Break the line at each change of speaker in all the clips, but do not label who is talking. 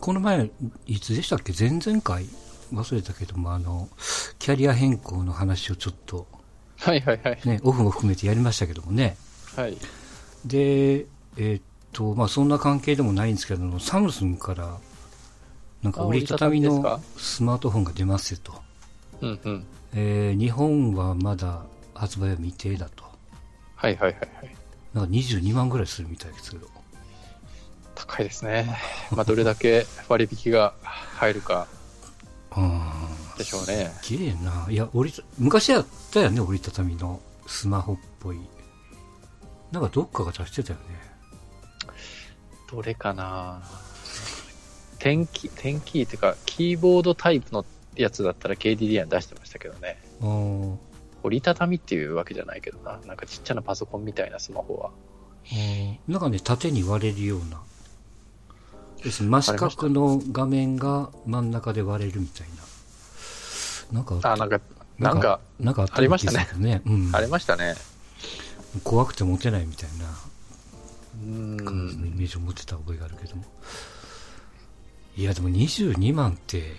この前、いつでしたっけ前々回忘れたけども、あの、キャリア変更の話をちょっと、
はいはいはい。
ね、オフも含めてやりましたけどもね。
はい。
で、えーっと、まあ、そんな関係でもないんですけども、サムスンから、なんか
あ
折りたたみ
折りたた
の
みで
スマートフォンが出ますよと。
うんうん。
えー日本はまだ発売は未定だと。
はいはいはいはい。
なんか22万ぐらいするみたいですけど。
高いですね。まあ、どれだけ割引が入るか
うん。
でしょうね。
綺麗な。いや、折りた、昔やったよね、折りたたみのスマホっぽい。なんかどっかが出してたよね。
どれかな天気、天気っていうか、キーボードタイプのやつだったら KDDI に出してましたけどね。
あー
折りたたみっていうわけじゃないけどな。なんかちっちゃなパソコンみたいなスマホは。
あーなんかね、縦に割れるような。要するに真四角の画面が真ん中で割れるみたいな。なんかった
あ、なんか、なんか、
なんかあった
ありましたね
気がするね。うん。
ありましたね。
怖くて持てないみたいな
う
感じのイ
ん。
メージを持ってた覚えがあるけども。いや、でも22万って、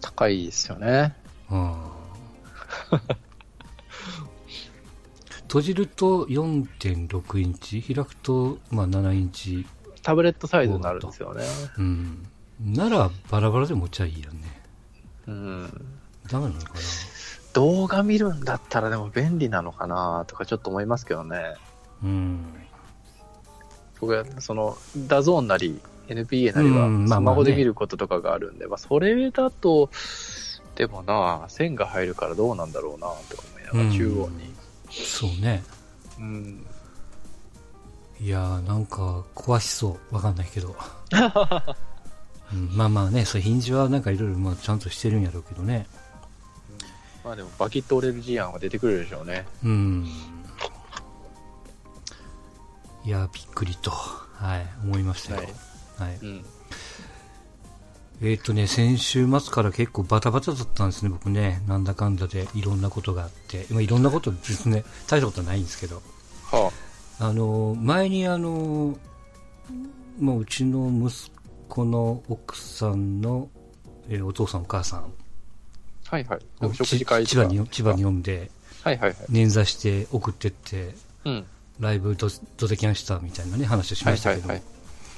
高いですよね。
ああ閉じると4.6インチ、開くとまあ7インチ、
タブレットサイズになるんですよね。
うん、ならバラバラで持ちゃいいよね。
うん。
ダメなのかな
動画見るんだったらでも便利なのかなとかちょっと思いますけどね。
うん。
僕はその、ダゾーンなり NBA なり
うんま
は
あまあね
スマホで見ることとかがあるんで、まあそれだと、でもな、線が入るからどうなんだろうなとか思いなが
うん
ら中央に。
そうね。
うん。
いやーなんか壊しそう。わかんないけど。うん、まあまあね、そうヒンジはなんかいろいろまあちゃんとしてるんやろうけどね。
まあでもバキッと折れる事案は出てくるでしょうね。
うん。いやーびっくりと、はい、思いましたよ。はい
うん。
えーっとね、先週末から結構バタバタだったんですね、僕ね。なんだかんだでいろんなことがあって。まあ、いろんなことですね、大したことはないんですけど。
は
あの、前にあの、まあ、うちの息子の奥さんの、えーお父さんお母さん
あ。はいはい。
を
お食事会
ち
と
千葉
か
に、千葉に呼んで、
はいはいはい。
捻挫して送ってって、
うん。
ライブど、どてきましたみたいなね、話をし
は
ま
い
した
は
け
い
ど、
はい。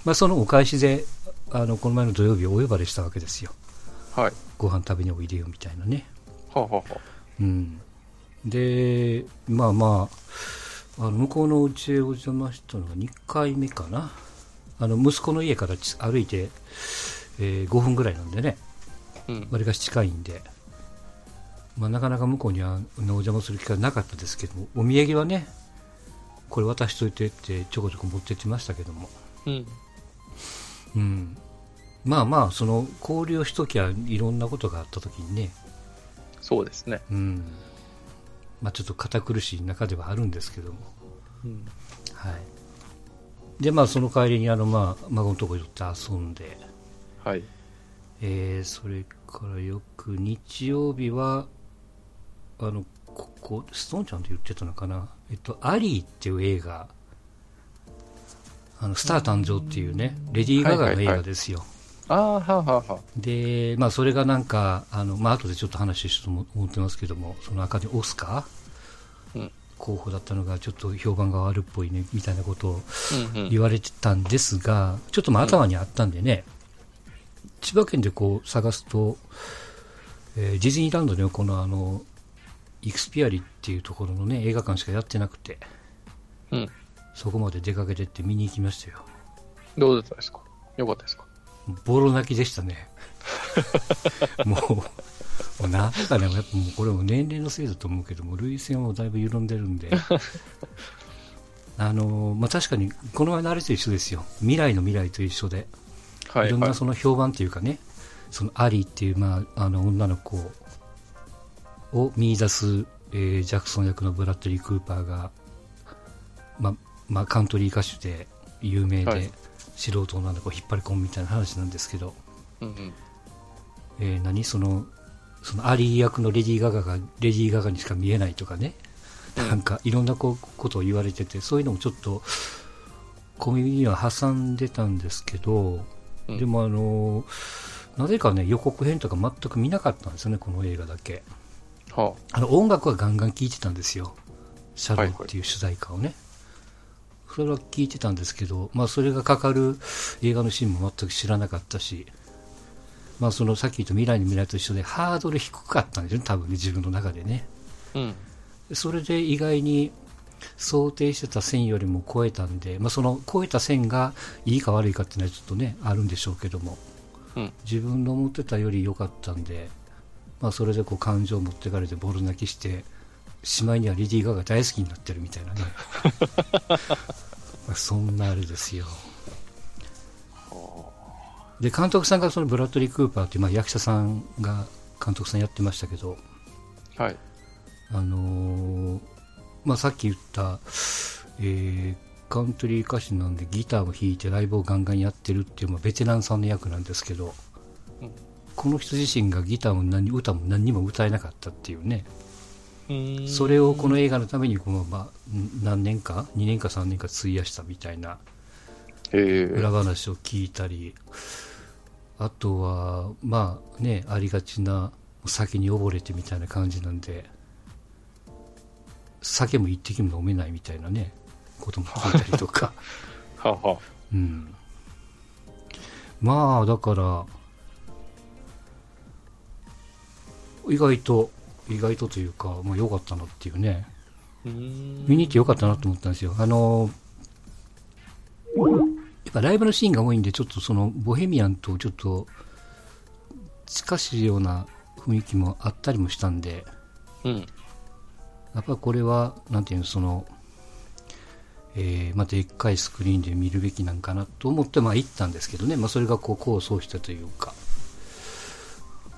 まあ、そのお返しで、あの、この前の土曜日お呼ばれしたわけですよ。
はい。
ご飯食べにおいでよみたいなね。
はあ、はあはあ、
うん、で、まあまあ、あの向こうのうちへお邪魔したのが2回目かな、あの息子の家からち歩いて、えー5分ぐらいなんでね、
うん。
わりかし近いんで、まあ、なかなか向こうにはあのお邪魔する機会なかったですけども、お土産はね、これ渡しといてってちょこちょこ持ってってましたけども、
うん。
うん、まあまあ、その交流をしときゃいろんなことがあった時にね、
そうですね。
うんまあ、ちょっと堅苦しい中ではあるんですけども、
うん。
はい、で、まあ、その帰りにあの、まあ、孫のとこ寄って遊んで、
はい。
えーそれからよく日曜日はあのここストーンちゃんと言ってたのかな「えっと、アリー」っていう映画「あのスター誕生」っていうねレディー・ガガの映画ですよ、
ああ、はあはあはあ。
で、まあ、それがなんか、あの、まあ、後でちょっと話しようと思思ってますけども、その赤でオスカー、
うん
候補だったのが、ちょっと評判が悪っぽいね、みたいなことを
うんうん
言われてたんですが、ちょっとまあ、頭にあったんでね、千葉県でこう探すと、えーディズニーランドの横のあの、イクスピアリっていうところのね、映画館しかやってなくて、
うん。
そこまで出かけてって見に行きましたよ。
どうだったですかよかったですか
ボロ泣きでしたね。 もう、もうなんかね、やっぱもうこれも年齢のせいだと思うけども、涙腺はもうだいぶ緩んでるんで、あの、まあ、確かに、この前のあれと一緒ですよ。未来の未来と一緒で、
はい
ろん
は
なその評判というかね、そのアリーっていう、まあ、あの、女の子を見出す、えージャクソン役のブラッドリー・クーパーが、まあ、まあ、カントリー歌手で有名で、
はい
素人女の子を引っ張り込むみたいな話なんですけど、
うんうん。
えー何そのそのアリー役のレディー・ガガがレディー・ガガにしか見えないとかね、
うん
なんかいろんなこうことを言われててそういうのもちょっと小耳には挟んでたんですけど
うん
でもあのなぜかね予告編とか全く見なかったんですよねこの映画だけ
は
あの音楽はガンガン聴いてたんですよシャドウっていう主題歌をね、それは聴いてたんですけど、まあ、それがかかる映画のシーンも全く知らなかったし、まあ、そのさっき言った未来の未来と一緒でハードル低かったんですよね多分ね自分の中でね
あ。うん。
それで意外に想定してた線よりも超えたんで、まあ、その超えた線がいいか悪いかっていうのはちょっとねあるんでしょうけども、
うん
自分の思ってたより良かったんで、まあ、それでこう感情を持ってかれてボロ泣きしてしまいにはレディー・ガガ大好きになってるみたいなねまあそんなあれですよで監督さんがそのブラッドリー・クーパーっていうまあ役者さんが監督さんやってましたけど、
はい。
あのーまあ、さっき言った、えーカントリー歌手なんでギターを弾いてライブをガンガンやってるっていう、まあ、ベテランさんの役なんですけど、
うん
この人自身がギターも何歌も何にも歌えなかったっていうね、
うーん
それをこの映画のためにこの、まあ、ん何年か2年か3年か費やしたみたいな
え
裏話を聞いたり、あとはまあねありがちな酒に溺れてみたいな感じなんで酒も一滴も飲めないみたいなねことも聞いたりとか、
はあはあ。
うん、まあだから意外と意外とというか、まあ、良かったなっていうね
うーん
見に行って良かったなと思ったんですよ。あのやっぱライブのシーンが多いんで、ちょっとそのボヘミアンとちょっと近しいような雰囲気もあったりもしたんで、
うん。
やっぱこれは、なんていうの、その、えーまあ、でっかいスクリーンで見るべきなんかなと思って、まあ、行ったんですけどね、まあ、それがこう、功を奏したというか、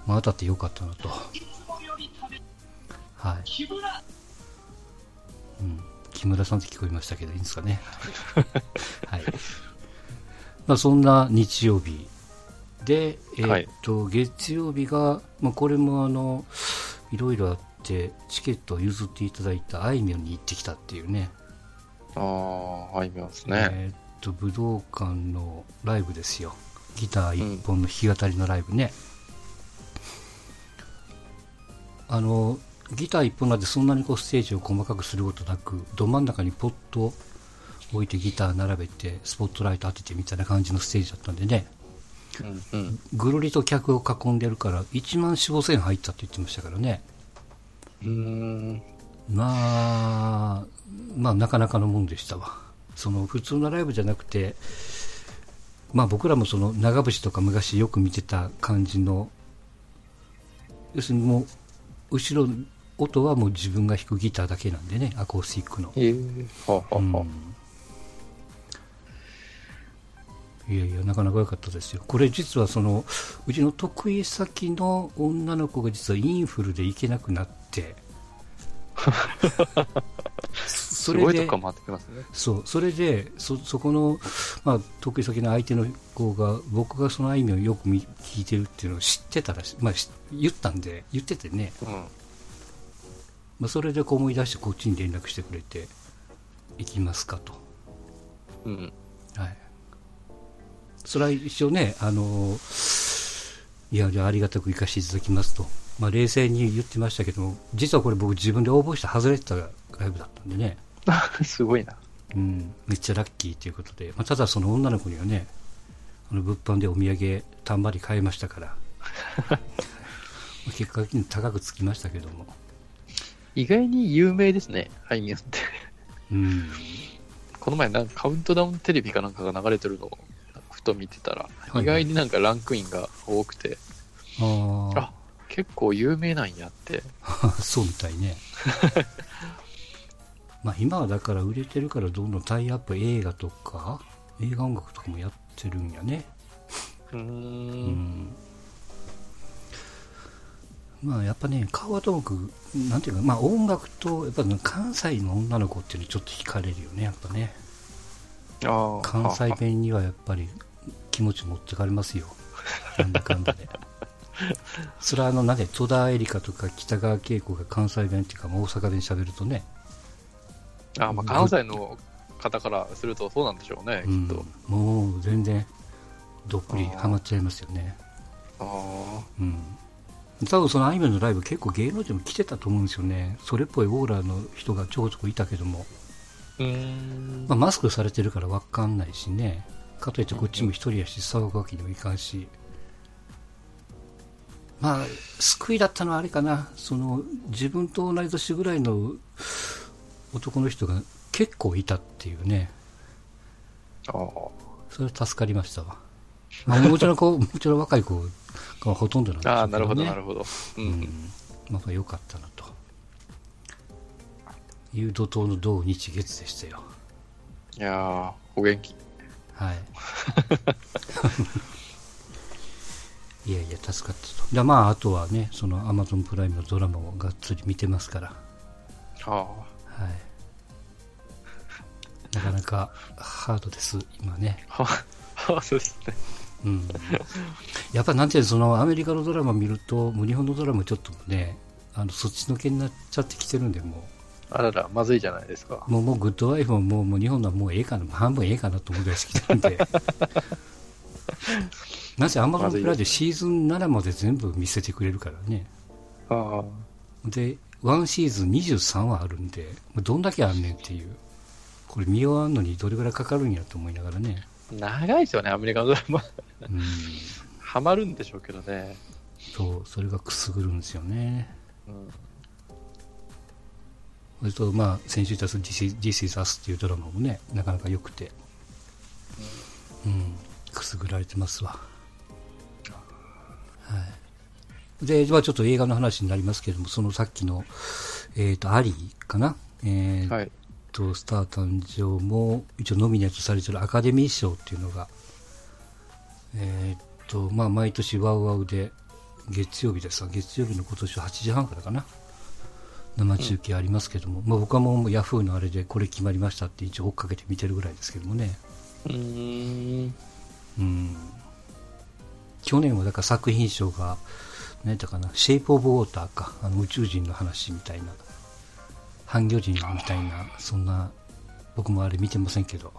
まあ、当たってよかったなと。はい。うん。木村さんって聞こえましたけど、いいんですか ね。はい。まあ、そんな日曜日で、えー
はい
えっと月曜日が、まあ、これもあのいろいろあってチケットを譲っていただいたあいみょんに行ってきたっていうね
ああ、はい、見ますね。
えーっと武道館のライブですよギター1本の弾き語りのライブね、あのギター1本なんでそんなにこうステージを細かくすることなくど真ん中にポットを置いてギター並べてスポットライト当ててみたいな感じのステージだったんでね、
うんうん。
ぐるりと客を囲んでるから1万4 5千円入ったって言ってましたからね
うーん。
まあまあなかなかのもんでしたわその普通のライブじゃなくてまあ僕らもその長渕とか昔よく見てた感じの要するにもう後ろ音はもう自分が弾くギターだけなんでねアコースティックの
えー、はあはあは
うんいやいやなかなか良かったですよこれ実はそのうちの得意先の女の子が実はインフルで行けなくなって
あ。す
そ
ご
れ
いと
で
こ回ってきますね。
そうそれでそそこの、まあ、得意先の相手の子が僕がそのあいみょんをよく見聞いてるっていうのを知ってたらし、まあ、し言ったんで言っててね、
うん。
まあ、それでこう思い出してこっちに連絡してくれて行きますかと
うん。
はい、それは一応ね、あのいや、じゃあありがたく行かせていただきますと、まあ、冷静に言ってましたけども、実はこれ、僕、自分で応募して外れてたライブだったんでね、
すごいな。
うん、めっちゃラッキーということで、まあ、ただ、その女の子にはね、あの物販でお土産、たんまり買いましたから、結果的に高くつきましたけども、
意外に有名ですね、ハイミュンって。
うん、
この前なんかカウントダウンテレビかなんかが流れてるのをふと見てたら、
はい
意外になんかランクインが多くて、
あ
あ結構有名なんやって。
あそうみたいね まあ今はだから売れてるからどんどんタイアップ映画とか映画音楽とかもやってるんやね
うー。
うんんまあやっぱね顔はともかくなんていうかまあ音楽とやっぱ関西の女の子っていうのにちょっと惹かれるよねやっぱね
ああ。
関西弁にはやっぱり気持ち持ってかれますよなんだかんだ でそれはあのなんで戸田恵梨香とか北川景子が関西弁っていうかまあ大阪弁喋るとね
ああまあ関西の方からするとそうなんでしょうね、
うん
きっと。
もう全然どっぷりハマっちゃいますよね。
ああ。
うん。多分そのあいみょんのライブ結構芸能人も来てたと思うんですよね。それっぽいオーラの人がちょこちょこいたけども、
うーん。
まあ、マスクされてるからわかんないしね。かといってこっちも一人やし騒ぐわけにもいかんし。まあ、救いだったのはあれかな。その、自分と同い年ぐらいの男の人が結構いたっていうね。
ああ。
それ助かりましたわ。まあ、もちろんこう、 もちろん若い子がほとんどなんですけど、ね。
ああ、なるほど、なるほど。う。
うんん。まあ、良かったなと。いう怒涛の同日月でしたよ。
いやー、お元気。
はい。いやいや、助かったと。で、まあ、あとはね、その Amazon プライムのドラマをがっつり見てますから。
あ
はい。なかなかハードです、今ね。
あ。は、は、 そうですね。
うん。やっぱなんていうのそのアメリカのドラマ見ると、もう日本のドラマちょっとね、あの、そっちのけになっちゃってきてるんで、も
あらら、まずいじゃないですか
う、。もう、もうグッドワイフももう、もう日本のはもうええかな、半分ええかなと思うぐらい好きなんで。なぜアマゾンプライでシーズン7まで全部見せてくれるからね。
ああ。
で、ワンシーズン23話あるんで、もうどんだけあんねんっていう。これ見終わるのにどれぐらいかかるんやと思いながらね。
長いですよね、アメリカのドラマ。
うん。
ハマるんでしょうけどね。
そう、それがくすぐるんですよね。
うん。
それと、まあ、先週言ったその This is- This is Us っていうドラマもね、なかなか良くて、うん、くすぐられてますわ。はい。で、まあちょっと映画の話になりますけれども、そのさっきの、えっ、と、アリーかなえっ、
はい。
と、スター誕生も、一応ノミネートされてるアカデミー賞っていうのが、えっ、と、まあ毎年ワウワウで、月曜日ですわ月曜日の今年は8時半からかな。生中継ありますけども、まあ僕はもうヤフーのあれでこれ決まりましたって一応追っかけて見てるぐらいですけどもね。
うーん。
うん。去年はだから作品賞が、何やったかな、シェイプオブウォーターか、あの宇宙人の話みたいな、半魚人みたいな、そんな、僕もあれ見てませんけど。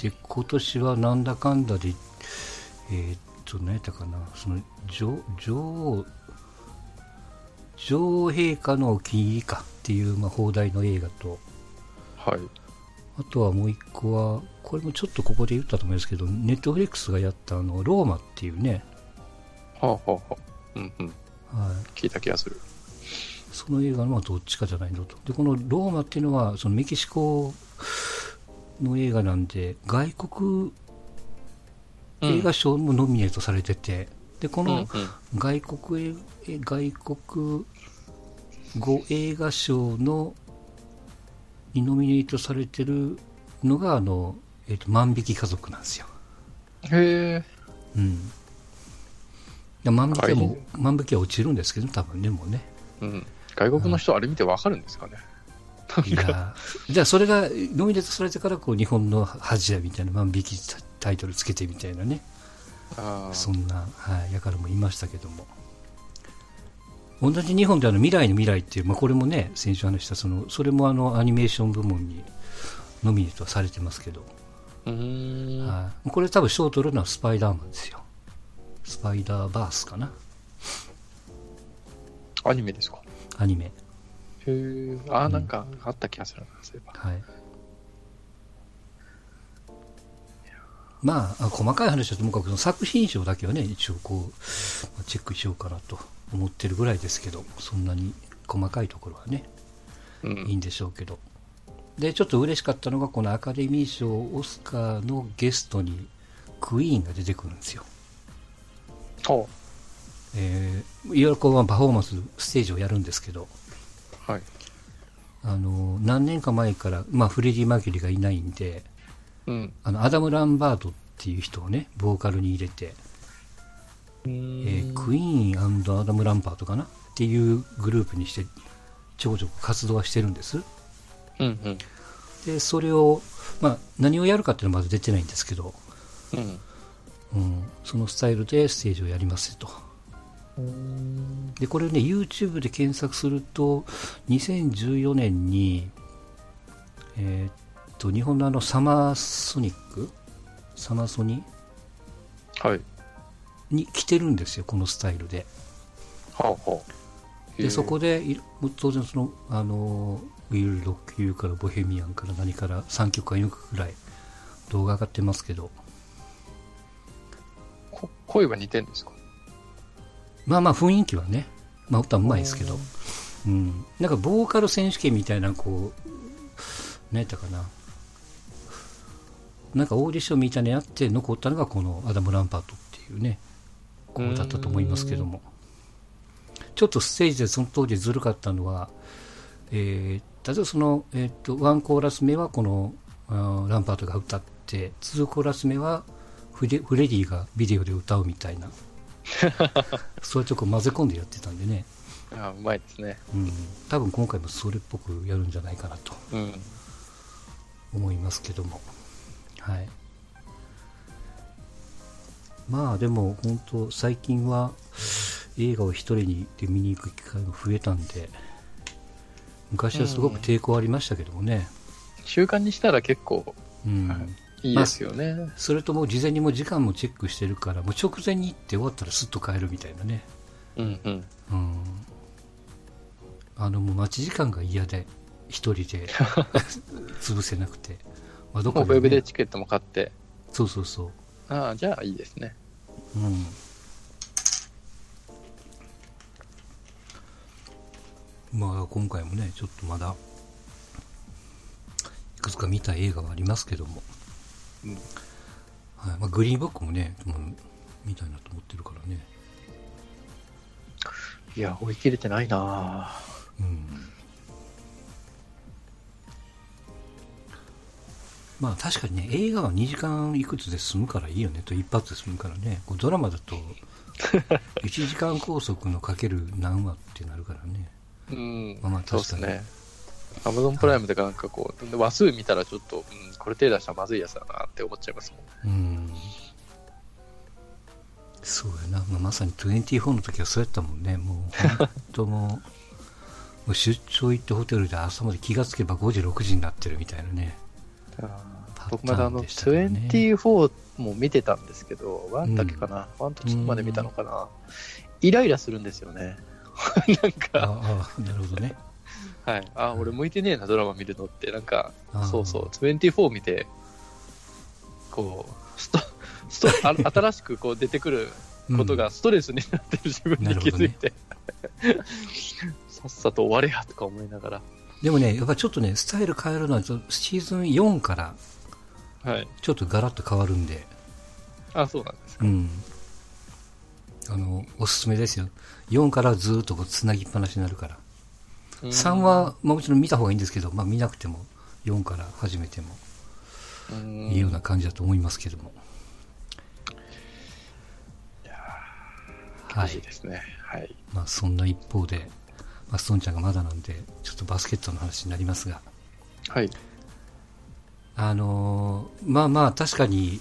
で、今年はなんだかんだで、えーっと、何やったかな、その、女女王、女王陛下のお気に入りかっていう、まあ、放題の映画と、
はい。
あとはもう一個は、これもちょっとここで言ったと思いますけど、ネットフリックスがやったあの、ローマっていうね、
はあ、はあ、はあ。うんうん。
はい、
聞いた気がする。
その映画のはどっちかじゃないのと。で、このローマっていうのは、そのメキシコの映画なんで、外国
うん
映画賞もノミネートされてて、で、こ
うんうん
の外国映、外国語映画賞の、にノミネートされてるのが、あの、えっ、と、万引き家族なんですよ。
へえ。
うん。で万引きはも、
はいう
万引きは落ちるんですけど、多分ね、もうね。
うん。外国の人、あれ見てわかるんですかね。
いや、じゃあそれがノミネートされてから、こう、日本の恥だみたいな万引きタイトルつけてみたいなね、
あ
そんな、はい、やからもいましたけども。同じ日本であの、未来の未来っていう、まあ、これもね、先週話した、その、それもあの、アニメーション部門にノミネートはされてますけど、
あ。うーん。
はい。これ多分賞を取るのはスパイダーマンですよ。スパイダーバースかな、
アニメですか。
アニメ。
へえ。ああ、なんかあった気がするな、そういえば。
はい。まあ、あ細かい話はともかく、その作品賞だけはね、一応こう、まあチェックしようかなと思ってるぐらいですけど、そんなに細かいところはね、
う
いい
ん。
んでしょうけど。で、ちょっと嬉しかったのが、このアカデミー賞、オスカーのゲストに、クイーンが出てくるんですよ。
ほ
えー、いわゆるこう、パフォーマンス、ステージをやるんですけど、
う。はい。
あの、何年か前から、まあ、フレディ・マーキュリーがいないんで、
うん。
あのアダム・ランバートっていう人をねボーカルに入れて、え
え
ークイーンアダム・ランバートかなっていうグループにしてちょこちょこ活動はしてるんです
うんうん。
でそれを、まあ、何をやるかっていうのはまだ出てないんですけど、
う
う
ん。
ん、そのスタイルでステージをやりますと
うん
でこれね YouTube で検索すると2014年にえーっと、日本のあのサマーソニックサマソニ
はい。
に来てるんですよ、このスタイルで。
はあはあ。へ
で
え
そこでい当然そのあのウィル・ロッキューからボヘミアンから何から3曲か4曲くらい動画上がってますけど
こ声は似てんですか
まあまあ雰囲気はね、まあ、歌うまいですけど、うん、なんかボーカル選手権みたいなこう何やったかななんかオーディションみたいなのやって残ったのがこのアダム・ランパートっていうねこうだったと思いますけどもちょっとステージでその当時ずるかったのは、えー例えばその、えー、とワンコーラス目はこのあーランパートが歌って2コーラス目はフレフレディがビデオで歌うみたいなそういうとこ混ぜ込んでやってたんでね、
ああうまいですね。
うん、多分今回もそれっぽくやるんじゃないかなと
うん。
思いますけどもはいまあでも本当最近は映画を一人にで見に行く機会が増えたんで昔はすごく抵抗ありましたけどもね、
習慣にしたら結構
うん
はいいいですよね。
それともう事前にもう時間もチェックしてるからもう直前に行って終わったらすっと帰るみたいなね、
うんうん。
うん、あのもう待ち時間が嫌で一人 で 潰せなくて、まあ、どこ
もうウェ
で、
ブで
ね、
チケットも買って。
そうそうそう
ああ、じゃあいいですね。
うんまあ今回もねちょっとまだいくつか見た映画はありますけども、
うん
はいまあ、グリーンバックもねもう見たいなと思ってるからね、
いや、追い切れてないなあ
うん、まあ確かにね映画は2時間いくつで済むからいいよねと一発で済むからねこうドラマだ と1時間拘束のかける何話ってなるからね
うん
まあまあ
そうです
確か
ね。アマゾンプライムでなんかこう、話数見たらちょっと、うん、これ手出したらまずいやつだなって思っちゃいますもん。
うんそうやな、まあ、まさに24の時はそうやったもんねもう本当もう もう出張行ってホテルで朝まで気がつけば5時6時になってるみたいな ね
僕
パタ
まだ
ー
あ
ン
の、
でしたね
24も見てたんですけど、1だけかな、1と2まで見たのかな、イライラするんですよね。 なんか、
ああなるほどね
はい、あ、俺向いてねえな、ドラマ見るのって、なんか、
あー
そうそう、24見て、こう、スト、スト、あ新しくこう出てくることがストレスになってる自分に気づいて、 さっさと終われやとか思いなが
でもね、やっぱちょっとね、スタイル変えるのは、ちょっとシーズン4から
ら、はい、
ちょっとガラッと変わるんで、
あそうなんですか、
うん。あの、おすすめですよ。4からずーっとこう繋ぎっぱなしになるから。
うん
3は、まあもちろん見た方がいいんですけど、まあ見なくても、4から始めても
うん
いいような感じだと思いますけども。は
感じ
い。
ですね、はい、
まあそんな一方で、まあストンちゃんがまだなんで、ちょっとバスケットの話になりますが、
はい、
あのーまあまあ確かに、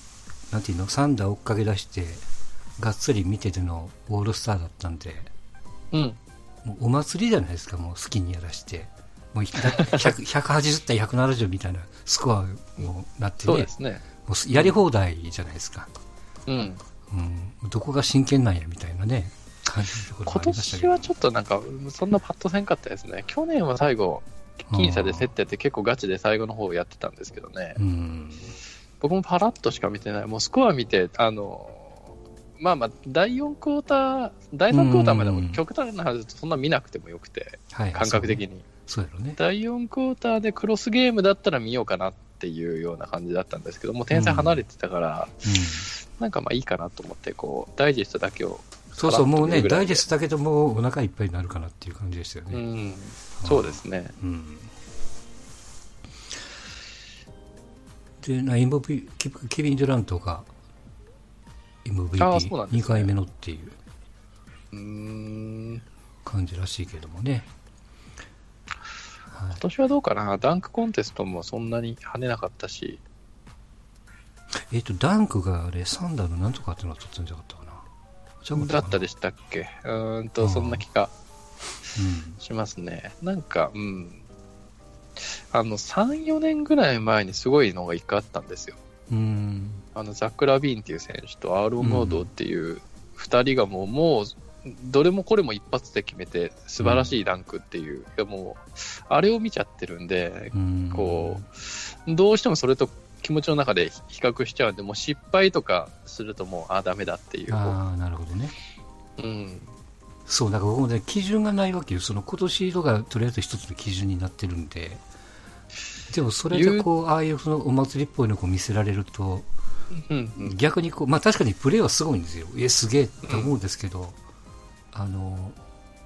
なんていうの、サンダー追っかけ出して、がっつり見ててのオールスターだったんで、
うん、
もうお祭りじゃないですか、もう好きにやらして。もうひ 100 180対170みたいなスコアもなって
そう
ね
で、すね、
もうやり放題じゃないですか。
うん、
うん、どこが真剣なんやみたいなね、感じのところも
今
ありましたけ
年
ど。
はちょっとなんか、そんなパッとせんかったですね、去年は最後、僅差で競ってて、結構ガチで最後の方やってたんですけどね、
うん。
僕もパラッとしか見てない、もうスコア見て、あのまあまあ、第4クォーター、第3クォーターまで
う
も
ん
極端な話、そんな見なくてもよくて、
はい。
感覚的に。
そうやろね。
第4クォーターでクロスゲームだったら見ようかなっていうような感じだったんですけど、もう点差離れてたから、なんかまあいいかなと思って、こう、ダイジェストだけを。
うん。そうそう、もうね、ダイジェス
ト。
トだけどもうお腹いっぱいになるかなっていう感じでしたよ
う
ね。
ん、そうですね。
うんで、な MVP、ケケビン・デュラントが
あーそうなん
MVP2
ですね
回目のっていう
うーん、
感じらしいけどもね。はい
今年はどうかな、ダンクコンテストもそんなに跳ねなかったし、
えっ、と、ダンクがあれ、サンダーのなんとかってのは取ってんじゃなかったかな。じゃなか
だ
か
っ
な
たでしたっけうーん
う
と、
ん
そんな気が
うん
しますね。なんか、うん。あの、3、4年ぐらい前にすごいのが一回あったんですよ。
うん。
あの、ザック・ラビーンっていう選手とアーロン・ロードっていう2人がもう、もう、どれもこれも一発で決めて、素晴らしいダンクっていう、いやもう、あれを見ちゃってるんで、
うん
こう、どうしてもそれと気持ちの中で比較しちゃうんで、もう失敗とかするともう、ああ、ダメだっていう。
ああ、なるほどね。
うん。
そう、だから僕もね、基準がないわけよ。その今年とかとりあえず一つの基準になってるんで。でもそれでこう、ああいうそのお祭りっぽいのをこう見せられると、
うんうん
逆にこう、まあ確かにプレーはすごいんですよ。え、すげえって思うんですけど、あの、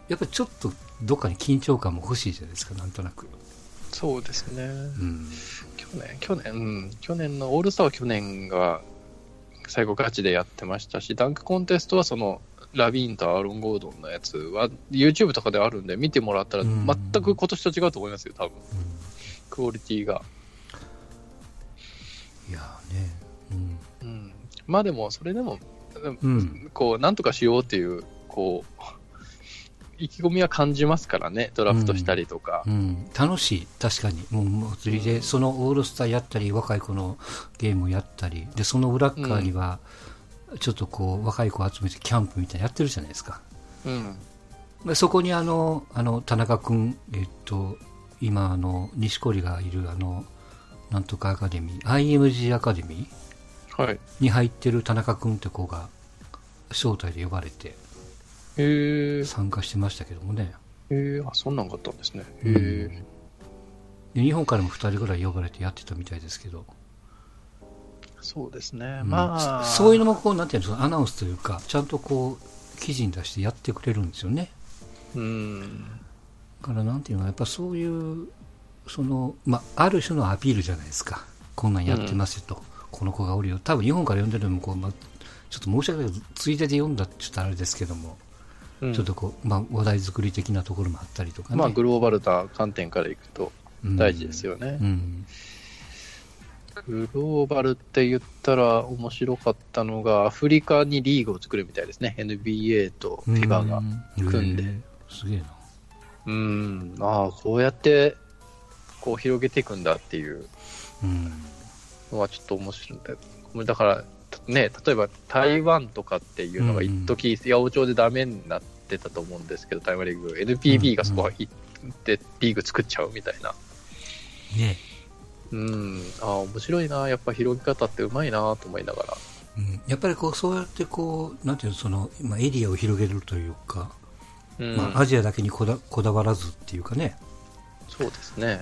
やっぱりちょっとどっかに緊張感も欲しいじゃないですか、なんとなく。
そうですね。
うん。
去年、去年、うん、去年のオールスターは去年が最後ガチでやってましたし、ダンクコンテストはそのラビーンとアーロン・ゴードンのやつは YouTube とかであるんで見てもらったら
うん
全く今年と違うと思いますよ、多分。クオリティが。
いやーね、うん。
うん。まあでも、それでも、
うん
こう、なんとかしようっていう、こう、意気込みは感じますからね、ドラフトしたりとか。
うん、楽しい、確かに、もうもう祭りで、そのオールスターやったり、若い子のゲームをやったり、でその裏っ側には、ちょっとこう若い子を集めてキャンプみたいなのやってるじゃないですか、
うん。
でそこにあのあの田中君、えっと、今あの、錦織がいるあのなんとかアカデミー、IMG アカデミー
はい。
に入ってる田中君って子が、招待で呼ばれて
へえ、
参加してましたけどもね。
へえ、あ、そんなんがあったんですね。へ
う
え
ん。で日本からも2人ぐらい呼ばれてやってたみたいですけど、
そうですね。
うん
まあ、
そそういうのもこうなんていうのそのアナウンスというかちゃんとこう記事に出してやってくれるんですよね
うん。
だからなんていうのはやっぱそういうその、まあ、ある種のアピールじゃないですかこんなんやってますよと、この子がおるよ多分日本から呼んでるのもこう、まあ、ちょっと申し訳ないけどついでで読んだってちょっとあれですけども、
うん
ちょっとこう、まあ、話題作り的なところもあったりとかね、
まあ、グローバルな観点からいくと大事です
よ、
よね
う。ん
グローバルって言ったら面白かったのが、アフリカにリーグを作るみたいですね。NBA と FIBA が。組んで
うすげえな
うん。ああ、こうやって、こう広げていくんだっていう
うん
のはちょっと面白いんだよ。これだから、ね、例えば台湾とかっていうのが一時、八百長でダメになってたと思うんですけど、台湾リーグ、NPB がそこは行ってリーグ作っちゃうみたいな。
ね
うん、ああ、面白いな、やっぱ広げ方ってうまいなと思いながら。
うんやっぱりこうそうやってこうなんていうのその、まあ、エリアを広げるというか、
うん、
まあ、アジアだけにこだこだわらずっていうかね、
そうです ね。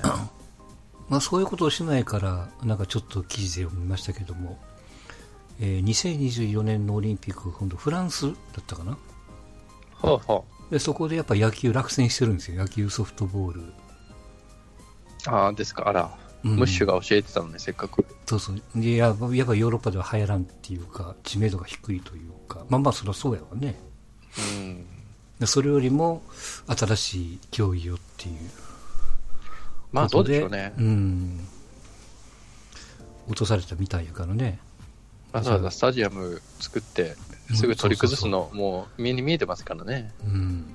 まあ、そういうことをしないからなんかちょっと記事で読みましたけども、えー2024年のオリンピック今度フランスだったかな
はあ、は
でそこでやっぱ野球落選してるんですよ野球ソフトボール、
あ、ああですか、あら、
うん
ムッシュが教えてたのに、せっかく。
そうそうでやっぱやっぱヨーロッパでは流行らんっていうか知名度が低いというかまあまあそりゃそうやわね
うん、
でそれよりも新しい競技をっていう
まあ、
こ
どう
と
でしょうね。
ん落とされたみたいやからね。
わざわざスタジアム作って、すぐ取り崩すの、もう目に見えてますからね。
うん。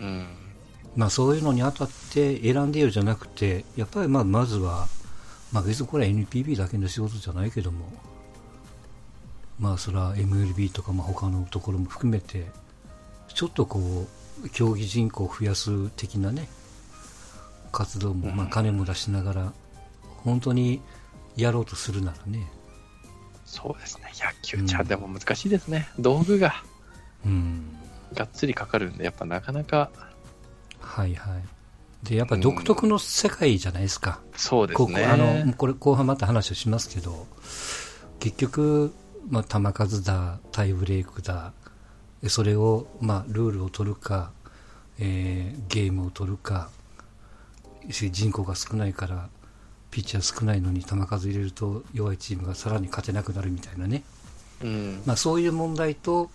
うん、
まあそういうのに当たって選んでよじゃなくて、やっぱりまあまずは、まあ別にこれは NPB だけの仕事じゃないけども、まあそれは MLB とかまあ他のところも含めて、ちょっとこう、競技人口を増やす的なね、活動も、まあ金も出しながら、本当にやろうとするならね、
そうですね、野球ちゃ、
うん
でも難しいですね。道具が
うん。
がっつりかかるんで、やっぱなかなか、
はいはい。で、やっぱり独特の世界じゃないですか。
そうです
こ
ね。
こあのこれ後半また話をしますけど、結局、まあ、球数だ、タイブレイクだ、でそれを、まあ、ルールを取るか、えーゲームを取るか、し人口が少ないから、ピッチャー少ないのに球数入れると弱いチームがさらに勝てなくなるみたいなね。
うん、
まあ、そういう問題と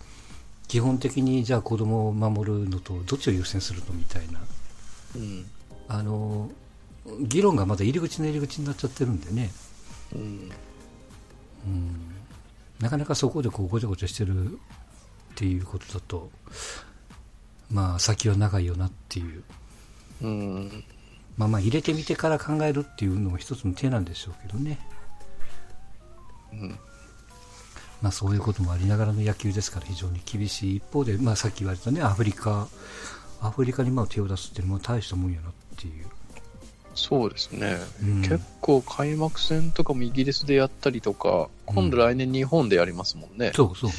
基本的にじゃあ子供を守るのとどっちを優先するのみたいな
うん、
あの議論がまだ入り口の入り口になっちゃってるんでね、
うん、
うん、なかなかそこでこうごちゃごちゃしてるっていうことだとまあ先は長いよなっていう
うん、
まあまあ入れてみてから考えるっていうのも一つの手なんでしょうけどね。
うん。
まあそういうこともありながらの野球ですから非常に厳しい一方で、まあさっき言われたね、アフリカ、アフリカにまあ手を出すっていうのは大したもんやなっていう。
そうですね。
うん
結構開幕戦とかもイギリスでやったりとか、今度来年日本でやりますもんね。
そうそうね。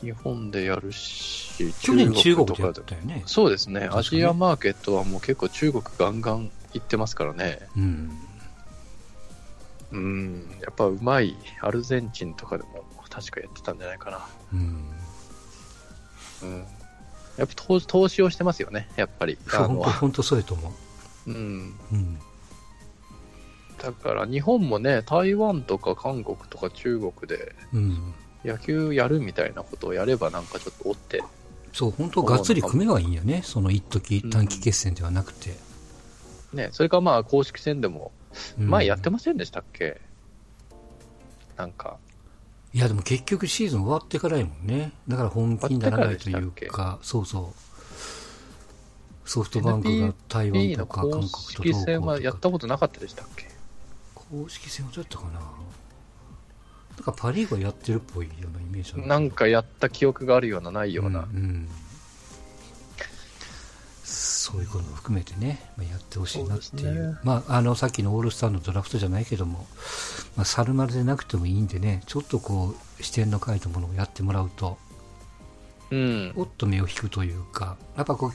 日本でやるし、
去年中国
と
でや
か
っ
で。
たよね。
そうですね。
かに
アジアマーケットはもう結構中国ガンガン行ってますからね。
うん。
うん。やっぱうまい。アルゼンチンとかでも確かやってたんじゃないかな。
うん。
うん。やっぱ投投資をしてますよね。やっぱり。あ
本
の
当、本当そうやと思
うん。
う。うん。
だから日本もね、台湾とか韓国とか中国で
うん。
野球やるみたいなことをやればなんかちょっと追って。
そう、本当がっつり組めばいいんやね。その一時短期決戦ではなくて。
ね、それかまあ公式戦でも、
うん
前やってませんでしたっけ、なんか、
いや、でも結局シーズン終わってからやもんね。だから本気にならないとい
終わ
う
って
か、そうそう。ソフトバンクが台
B
湾と
の
か韓
公
国と
式戦はやったことなかったでしたっけ
公式戦はどうやったかななんかパ・リーグはやってるっぽいようなイメージある
なんかやった記憶があるような、ないような
うん。んそういうことも含めてね、まあ、やってほしいなってい
そうで
う
すね
まあ、あのさっきのオールスターのドラフトじゃないけども、まあ、猿丸でなくてもいいんでねちょっとこう視点の書いたものをやってもらうと
うん。
おっと目を引くというかやっぱこう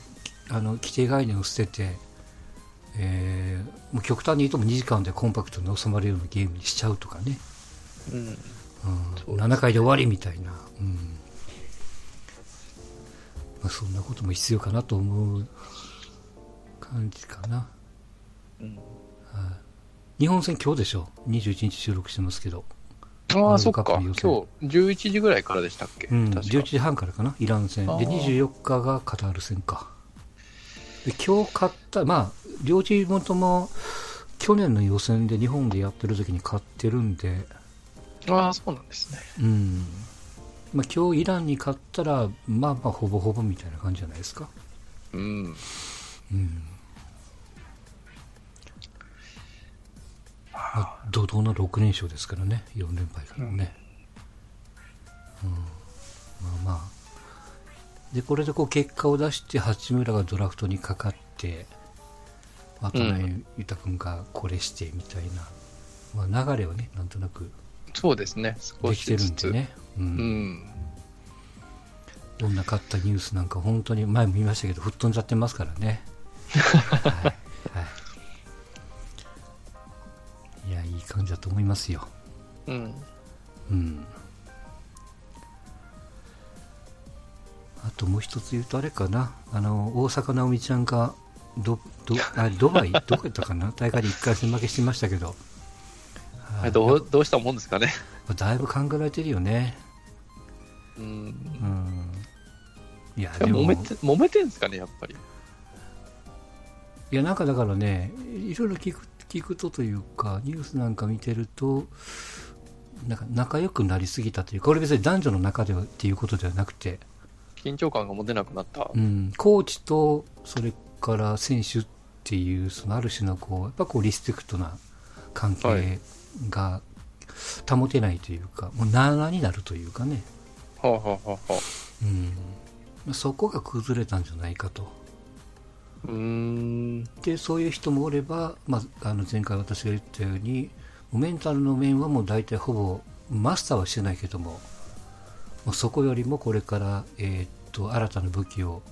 あの規定概念を捨てて、えーもう極端に言うとも2時間でコンパクトに収まるようなゲームにしちゃうとかね、
うん。
う、
そうんです
7回で終わりみたいな、うんまあ、そんなことも必要かなと思う感じかな
うん
日本戦今日でしょ21日収録してますけど、
あ
ワー
あ、
ル
そ
ド
っ
カ
か。
ップ
今
の予
日、
選
11時ぐらいからでしたっけ、
うん、
確か
11時半からかなイラン戦で
あー
24日がカタール戦かで今日勝ったまあ両チームとも去年の予選で日本でやってる時に勝ってるんで
ああ、そうなんですね。
うんまあ、今日イランに勝ったら、まあまあ、ほぼほぼみたいな感じじゃないですか。
うん。
うんまあ、怒涛の6連勝ですからね、4連敗からね。うんまあまあ、でこれでこう結果を出して、八村がドラフトにかかって、あと
う
ね、裕太君がこれしてみたいな、まあ、流れはね、なんとなく
そうですね。少
でき
して
る
ず
ん
つ。
でね。う
うんん。
どんな勝ったニュースなんか本当に前も言いましたけど吹っ飛んじゃってますからね。はいはい、いやいい感じだと思いますよ。
うん。
うん。あともう一つ言うとあれかなあの大坂なおみちゃんがドドあドバイどこやったかな大会で1回戦負けしてましたけど。
あ
は
れ
い
どうどうしたもんですかね。
やっぱだいぶ考えられてるよね。
う。
うんん。いや
いや揉めて、揉めてんですかね、やっぱり。
いやなんかだからねいろいろ聞く聞くとというかニュースなんか見てるとなんか仲良くなりすぎたというかこれ別に男女の中ではっていうことではなくて、
緊張感が持てなくなった。
うん、コーチとそれから選手っていうそのある種のこうやっぱこうリスペクトな関
はい
係が保てないというか、もうなあなあになるというかね、
はあ、はあはあはあ、
うんまあ、そこが崩れたんじゃないかと。
うーん。
でそういう人もおれば、まあ、あの前回私が言ったようにもうメンタルの面はもう大体ほぼマスターはしてないけどももうそこよりもこれから、えーっと新たな武器を、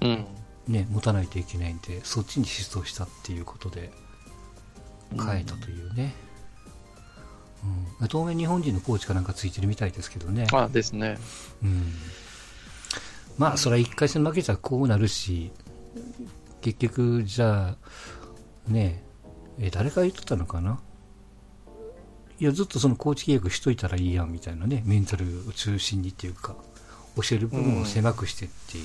うん。
ね、持たないといけないんでそっちに失踪したっていうことで変えたというね、うん当面日本人のコーチかなんかついてるみたいですけどね、
あですね。
うん、まあそれは1回戦負けたらこうなるし結局じゃあねええ誰が言ってたのかないやずっとそのコーチ契約しといたらいいやんみたいなねメンタルを中心にっていうか教える部分を狭くしてっていう、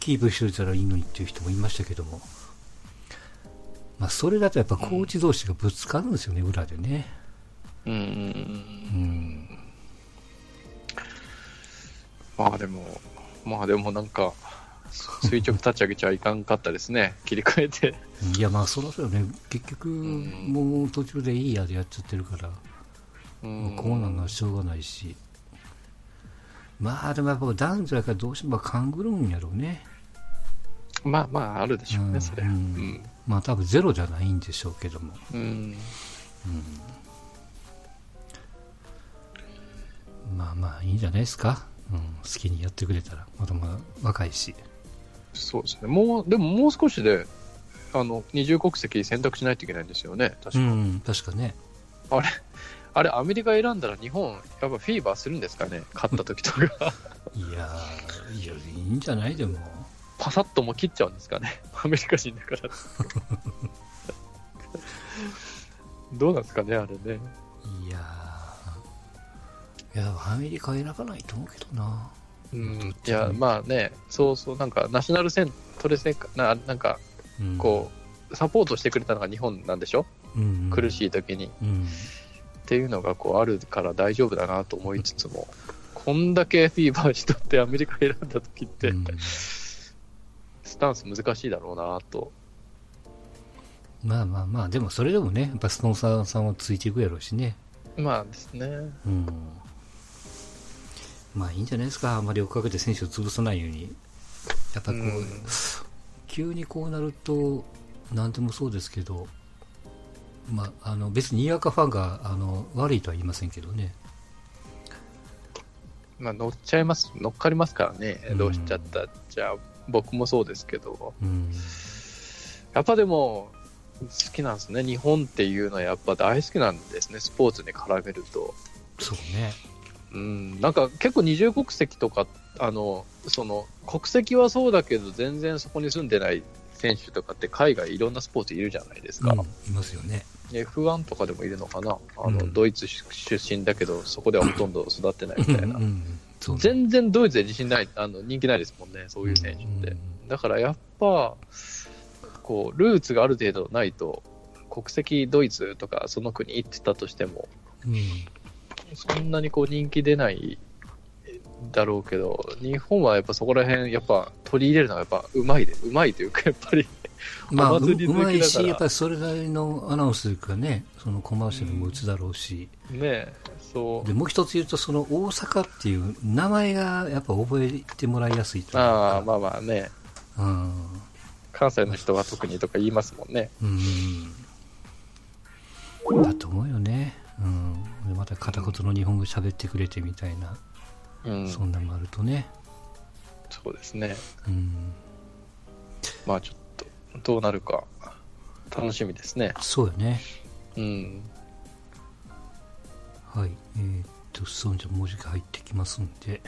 キープしといたらいいのにっていう人もいましたけども、まあ、それだとやっぱコーチ同士がぶつかるんですよね、裏でね。
うんうんうん。
うん
まあでも、まあでもなんか、垂直立ち上げちゃいかんかったですね。 切り替えて。
いや、まあ、そらそうよね。結局、
ん
もう途中でいいやでやっちゃってるから、
うん
こうなのはしょうがないし。まあ、でもやっぱ男女やからどうしても勘ぐるんやろうね。
まあまあ、あるでしょう
う
ね、
ん
それ。う
うん
ん。
まあ、多分ゼロじゃないんでしょうけども。
うん。
まあまあ、いいんじゃないですか。うん、好きにやってくれたら。まだまだ若いし。
そうですね。もう、でももう少しで、あの、二重国籍選択しないといけないんですよね。確か、
うん、確かね。
あれ、アメリカ選んだら日本、やっぱフィーバーするんですかね。勝った時とか。
いやー、いや、いいんじゃないでも。
パサッともう切っちゃうんですかね。 アメリカ人だから。どうなんですかね、あれね。
いやー。いや、ファミリーか選ばないと思うけどな。
うん、いや、まあね、そうそう、なんか、ナショナルセントレセンかな、なんか、
うん、
こう、サポートしてくれたのが日本なんでしょ、
うん、
苦しい時に。っ
うん。
ていうのが、こう、あるから大丈夫だなと思いつつも、こんだけフィーバーしとってアメリカ選んだ時って、
うん
スタンス難しいだろうなと。
まあまあまあ、でもそれでもね、やっぱスポンサーさんはついていくやろうしね。
まあですね。
うん。まあいいんじゃないですか。あまり追っかけて選手を潰さないように。やっぱこう、
うん
急にこうなると、なんでもそうですけど、まあ、あの、別ににわかファンが、あの、悪いとは言いませんけどね。
まあ、乗っちゃいます、乗っかりますからね
う、ん
どうしちゃったっちゃ、僕もそうですけど、
うん。
やっぱでも、好きなんですね、日本っていうのはやっぱ大好きなんですね、スポーツに絡めると。
そうね。
うん、なんか結構二重国籍とか、あの、その、国籍はそうだけど、全然そこに住んでない選手とかって海外いろんなスポーツいるじゃないですか。
うん、いますよね。
F1 とかでもいるのかなあの、
うん
ドイツ出身だけど、そこではほとんど育ってないみたいな
うんう。んそうね
全然ドイツで自信ない、あの、人気ないですもんね、そういう選手って。だからやっぱ、こう、ルーツがある程度ないと、国籍ドイツとかその国行ってたとしても、
うんうん
そんなにこう人気出ないだろうけど、日本はやっぱそこら辺、やっぱ取り入れるのはやっぱうまいで、うまいというか、やっぱり、
まあ、う
お
う
祭り好きだから
まいし、やっぱりそれなりのアナウンスというかね、そのコマーシャルも打つだろうし、
ね、そう
で。もう一つ言うと、その大阪っていう名前がやっぱ覚えてもらいやすいという
ああ、
か、
まあまあね、
うん
関西の人は特にとか言いますもんね。
うん、だと思うよね、うん、でまた片言の日本語喋ってくれてみたいな、
うん、
そんなんもあるとね、
そうですね。
うん、
まあちょっと、どうなるか、楽しみですね。
そうよね、
うん。
はい、えーっと、そうじゃ、文字が入ってきますんで、